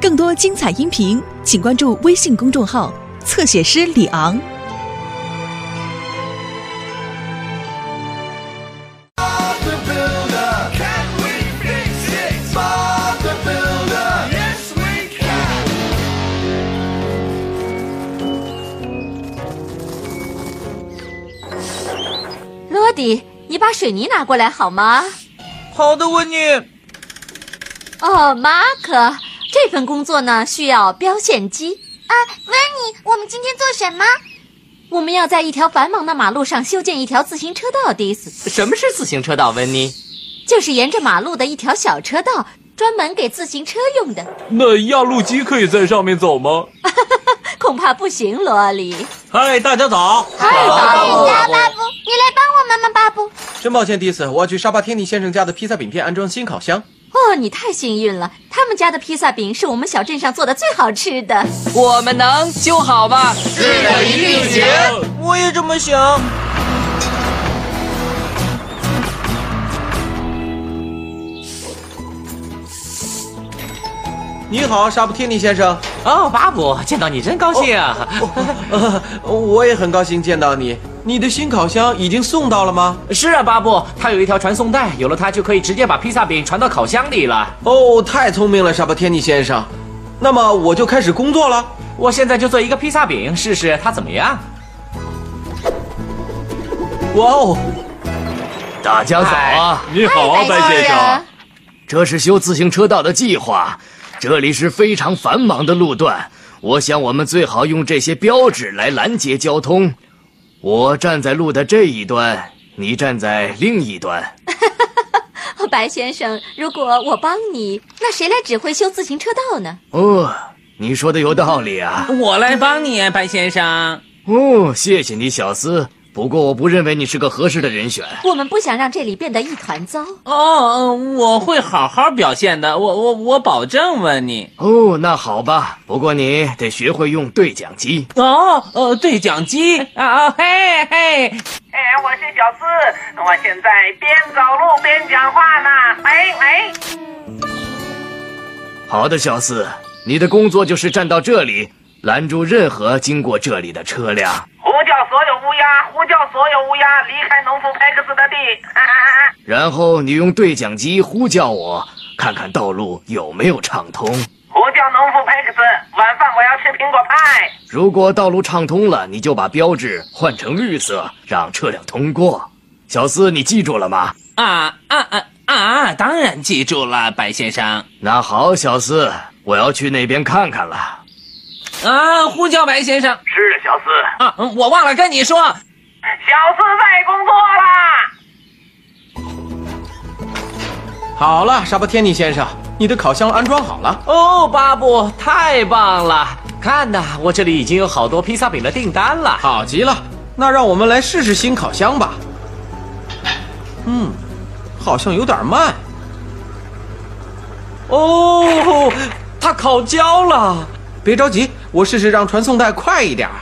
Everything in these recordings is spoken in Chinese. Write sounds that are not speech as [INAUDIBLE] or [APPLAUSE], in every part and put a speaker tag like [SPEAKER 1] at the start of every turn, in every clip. [SPEAKER 1] 更多精彩音频，请关注微信公众号“侧写师李昂”。
[SPEAKER 2] Bob the Builder. Can we fix it? Bob the Builder. Yes, we can.
[SPEAKER 3] 罗迪，你把水泥拿过来好吗？
[SPEAKER 4] 好的，温妮。
[SPEAKER 3] 哦，马可，这份工作呢需要标线机。
[SPEAKER 5] 啊，温妮，我们今天做什么？
[SPEAKER 3] 我们要在一条繁忙的马路上修建一条自行车道，Dis，
[SPEAKER 6] 什么是自行车道，温妮？
[SPEAKER 3] 就是沿着马路的一条小车道，专门给自行车用的。
[SPEAKER 7] 那压路机可以在上面走吗？
[SPEAKER 3] 恐怕不行，罗里。
[SPEAKER 4] 嗨，大家早。
[SPEAKER 3] 嗨，巴布，
[SPEAKER 5] 啊，巴布，你来帮我们吗？巴布，
[SPEAKER 4] 真抱歉，迪斯，我要去沙巴天尼先生家的披萨饼店安装新烤箱。
[SPEAKER 3] 哦，你太幸运了，他们家的披萨饼是我们小镇上做的最好吃的。
[SPEAKER 6] 我们能修好吗？
[SPEAKER 4] 我也这么想。你好，沙布天尼先生， [LAUGHS]
[SPEAKER 6] 哦，巴布，见到你真高兴啊！
[SPEAKER 8] 哦
[SPEAKER 4] 呃我也很高兴见到你。你的新烤箱已经送到了吗？
[SPEAKER 6] 是啊，巴布，它有一条传送带，有了它就可以直接把披萨饼传到烤箱里了。
[SPEAKER 4] 哦，太聪明了，沙巴天尼先生。那么我就开始工作了。
[SPEAKER 6] 我现在就做一个披萨饼，试试它怎么样。
[SPEAKER 4] 哇哦，
[SPEAKER 8] 大家早啊！
[SPEAKER 6] 哎
[SPEAKER 7] 你 [LAUGHS] 好啊，白先生。
[SPEAKER 8] 这是修自行车道的计划，这里是非常繁忙的路段，我想我们最好用这些标志来拦截交通。我站在路的这一端，你站在另一端。
[SPEAKER 3] 哦白先生， [LAUGHS] 如果我帮你，那谁来指挥修自行车道呢？
[SPEAKER 8] 哦，你说的有道理啊。
[SPEAKER 9] 我来帮你，白先生。
[SPEAKER 8] 哦，谢谢你，小斯。不过我不认为你是个合适的人选。
[SPEAKER 3] 我们不想让这里变得一团糟。
[SPEAKER 6] 呃
[SPEAKER 9] 哦，我会好好表现的，我我我保证问你。
[SPEAKER 8] 哦，那好吧，不过你得学会用对讲机。
[SPEAKER 9] 哦，呃，对讲机啊，哦嘿嘿，
[SPEAKER 10] 哎，我是小四，我现在边走路边讲话呢。哎喂喂，
[SPEAKER 8] 好的，小四，你的工作就是站到这里，拦住任何经过这里的车辆，
[SPEAKER 10] 呼叫所有乌鸦，呼叫所有乌鸦离开农夫 X 的地。 [LAUGHS] 哈哈哈哈
[SPEAKER 8] 然后你用对讲机呼叫我，看看道路有没有畅通。
[SPEAKER 10] 呼叫农夫 X，晚饭我要吃苹果派。
[SPEAKER 8] 如果道路畅通了，你就把标志换成绿色，让车辆通过。小四，你记住了吗？
[SPEAKER 9] 啊啊啊啊！当然记住了，白先生。
[SPEAKER 8] 那好，小四，我要去那边看看了。
[SPEAKER 9] 啊，呼叫白先生
[SPEAKER 10] 是小四，
[SPEAKER 9] 啊！嗯我忘了跟你说，
[SPEAKER 10] 小四在工作啦。
[SPEAKER 4] 好了，沙巴天尼先生，你的烤箱安装好了。
[SPEAKER 6] 哦，巴布，太棒了！看呐，我这里已经有好多披萨饼的订单了。
[SPEAKER 4] 好极了，那让我们来试试新烤箱吧。嗯，好像有点慢。
[SPEAKER 6] 哦，它烤焦了。
[SPEAKER 4] 别着急，我试试让传送带快一点儿。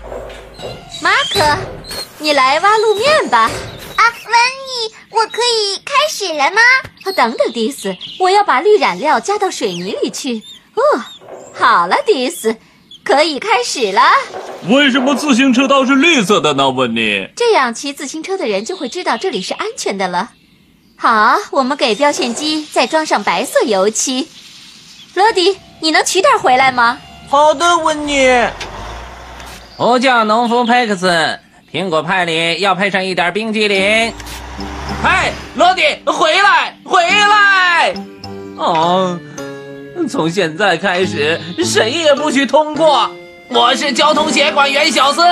[SPEAKER 3] 马可，你来挖路面吧。
[SPEAKER 5] 啊，温妮，我可以开始了吗？
[SPEAKER 3] 啊，等等，迪斯，我要把绿染料加到水泥里去。哦，好了，迪斯，可以开始了。
[SPEAKER 7] 为什么自行车道是绿色的呢？问你。
[SPEAKER 3] 这样骑自行车的人就会知道这里是安全的了。好，我们给标线机再装上白色油漆。罗迪，你能取点回来吗？
[SPEAKER 4] 好的，温妮。
[SPEAKER 9] 呼哦叫农夫 Pex，苹果派里要配上一点冰激凌。嗨，罗迪，回来，回来！哦，从现在开始，谁也不许通过。我是交通协管员小森。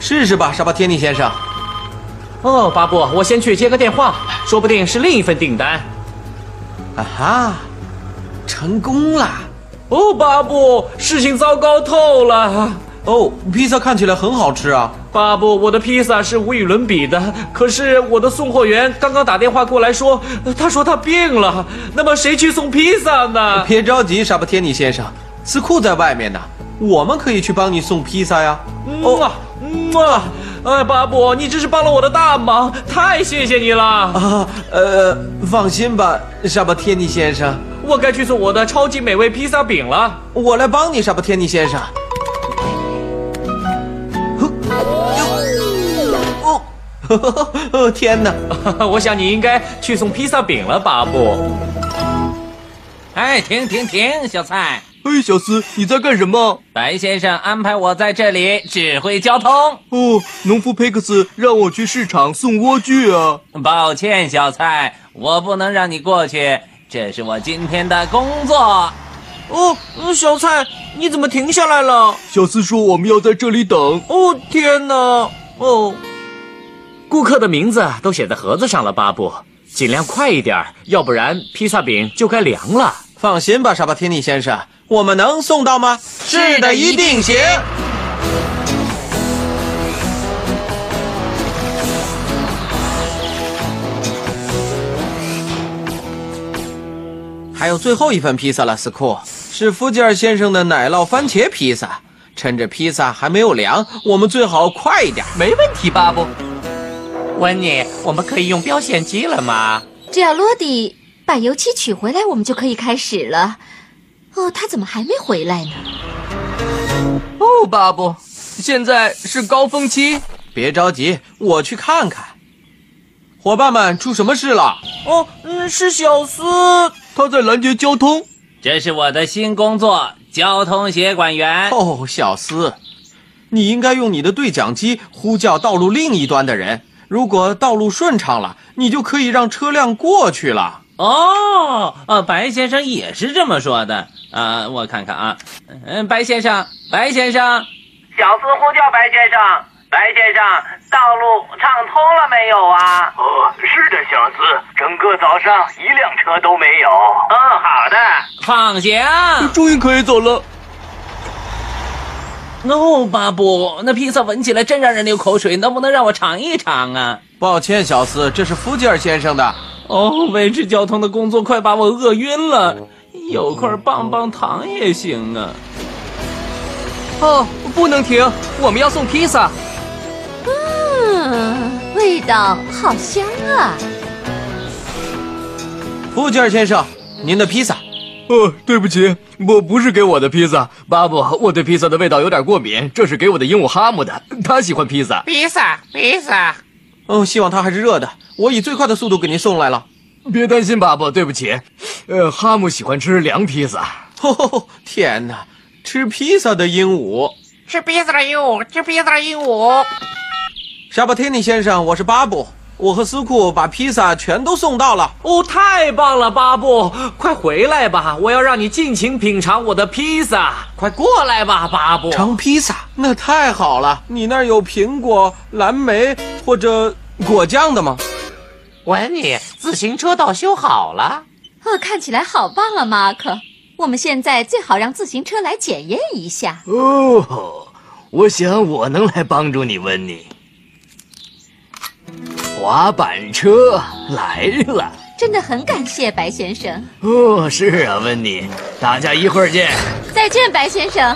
[SPEAKER 4] 试试吧，沙巴天尼先生。
[SPEAKER 6] 哦，巴布，我先去接个电话，说不定是另一份订单。 [LAUGHS]
[SPEAKER 4] 啊哈，成功了！
[SPEAKER 6] 哦，巴布，事情糟糕透了。
[SPEAKER 4] 哦，披萨看起来很好吃啊。
[SPEAKER 6] 巴布，我的披萨是无与伦比的，可是我的送货员刚刚打电话过来说，呃他说他病了。那么谁去送披萨呢？
[SPEAKER 4] 别着急，沙巴天尼先生，斯库在外面呢，我们可以去帮你送披萨呀。哦，
[SPEAKER 6] 嗯啊，哎，巴布，你这是帮了我的大忙，太谢谢你了啊！
[SPEAKER 4] 呃，放心吧，沙巴天尼先生，
[SPEAKER 6] 我该去做我的超级美味披萨饼了。
[SPEAKER 4] 我来帮你，沙巴天尼先生。哦，哦，天哪！
[SPEAKER 6] 我想你应该去送披萨饼了，巴布。
[SPEAKER 9] 哎，停停停，小蔡，
[SPEAKER 8] 哎，小斯，你在干什么？
[SPEAKER 9] 白先生安排我在这里指挥交通。
[SPEAKER 8] 哦，农夫佩克斯让我去市场送莴苣啊。
[SPEAKER 9] 抱歉，小蔡，我不能让你过去，这是我今天的工作。
[SPEAKER 11] 哦，
[SPEAKER 6] 呃
[SPEAKER 11] 小蔡，你怎么停下来了？
[SPEAKER 8] 小斯说我们要在这里等。
[SPEAKER 11] 哦，天哪！哦，
[SPEAKER 6] 顾客的名字都写在盒子上了，巴布，尽量快一点，要不然披萨饼就该凉了。
[SPEAKER 4] 放心吧，沙巴天尼先生，我们能送到吗？
[SPEAKER 11] 是的，一定行。
[SPEAKER 4] 还有最后一份披萨了，斯库，是福吉尔先生的奶酪番茄披萨。趁着披萨还没有凉，我们最好快一点。
[SPEAKER 12] 没问题，巴布。温妮，我们可以用标线机了吗？
[SPEAKER 3] 只要罗迪把油漆取回来，我们就可以开始了。哦，他怎么还没回来呢？
[SPEAKER 12] 哦，巴布，现在是高峰期。
[SPEAKER 4] 别着急，我去看看。伙伴们，出什么事了？
[SPEAKER 11] 哦，嗯，是小斯，
[SPEAKER 8] 他在拦截交通。
[SPEAKER 9] 这是我的新工作，交通协管
[SPEAKER 8] 哎
[SPEAKER 9] 员。
[SPEAKER 4] 哦，小斯，你应该用你的对讲机呼叫道路另一端的人。如果道路顺畅了，你就可以让车辆过去了。
[SPEAKER 9] 哦，呃，白先生也是这么说的啊、呃。我看看啊，嗯，白先生，白先生，
[SPEAKER 10] 小斯呼叫白先生，白先生，道路畅通了没有啊？
[SPEAKER 13] 哦，是的，小斯，整个早上一辆车都没有。
[SPEAKER 10] 嗯，好的，
[SPEAKER 9] 放行，
[SPEAKER 8] 终于可以走了。
[SPEAKER 9] 哦，巴布，那披萨闻起来真让人流口水，能不能让我尝一尝啊？
[SPEAKER 4] 抱歉，小斯，这是福吉尔先生的。
[SPEAKER 6] 哦，维持交通的工作快把我饿晕了，
[SPEAKER 12] 嗯
[SPEAKER 6] 有块棒棒糖也行啊。
[SPEAKER 12] 哦，不能停，我们要送披萨。
[SPEAKER 3] 嗯，味道好香啊！
[SPEAKER 4] 福吉尔先生，您的披萨。
[SPEAKER 8] 哦，对不起，我不是给我的披萨，巴布，我对披萨的味道有点过敏，这是给我的鹦鹉哈姆的，他喜欢披萨。
[SPEAKER 11] 披萨，披萨。
[SPEAKER 4] 哦，希望它还是热的。我以最快的速度给您送来了。
[SPEAKER 8] 别担心，巴布，对不起，呃，哈姆喜欢吃凉披萨。
[SPEAKER 4] 哦，天哪，吃披萨的鹦鹉，
[SPEAKER 11] 吃披萨的鹦鹉，吃披萨的鹦鹉。
[SPEAKER 4] 沙巴天尼先生，我是巴布。我和斯库把披萨全都送到了哦，
[SPEAKER 6] 太棒了，巴布，快回来吧！我要让你尽情品尝我的披萨，快过来吧，巴布。
[SPEAKER 4] 尝披萨，那太好了！你那儿有苹果、蓝莓或者果酱的吗？
[SPEAKER 11] 文尼，自行车道修好了，
[SPEAKER 3] 哦，看起来好棒啊，马克！我们现在最好让自行车来检验一下。
[SPEAKER 8] 哦，我想我能来帮助你，温尼。滑板车来了，
[SPEAKER 3] 真的很感谢白先生。
[SPEAKER 8] 哦，是啊，温妮，大家一会儿见。
[SPEAKER 3] 再见，白先生。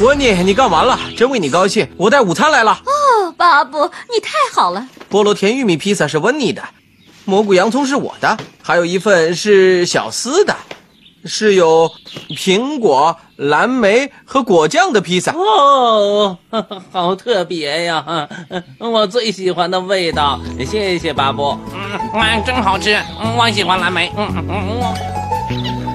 [SPEAKER 4] 温妮，你干完了，真为你高兴。我带午餐来了。
[SPEAKER 3] 哦，巴布，你太好了。
[SPEAKER 4] 菠萝甜玉米披萨是温妮的，蘑菇洋葱是我的，还有一份是小斯的，是有苹果、蓝莓和果酱的披萨。
[SPEAKER 9] 哦，好特别呀！我最喜欢的味道，谢谢巴布。
[SPEAKER 11] 嗯
[SPEAKER 12] 嗯，真好吃，我喜欢蓝莓。嗯嗯嗯。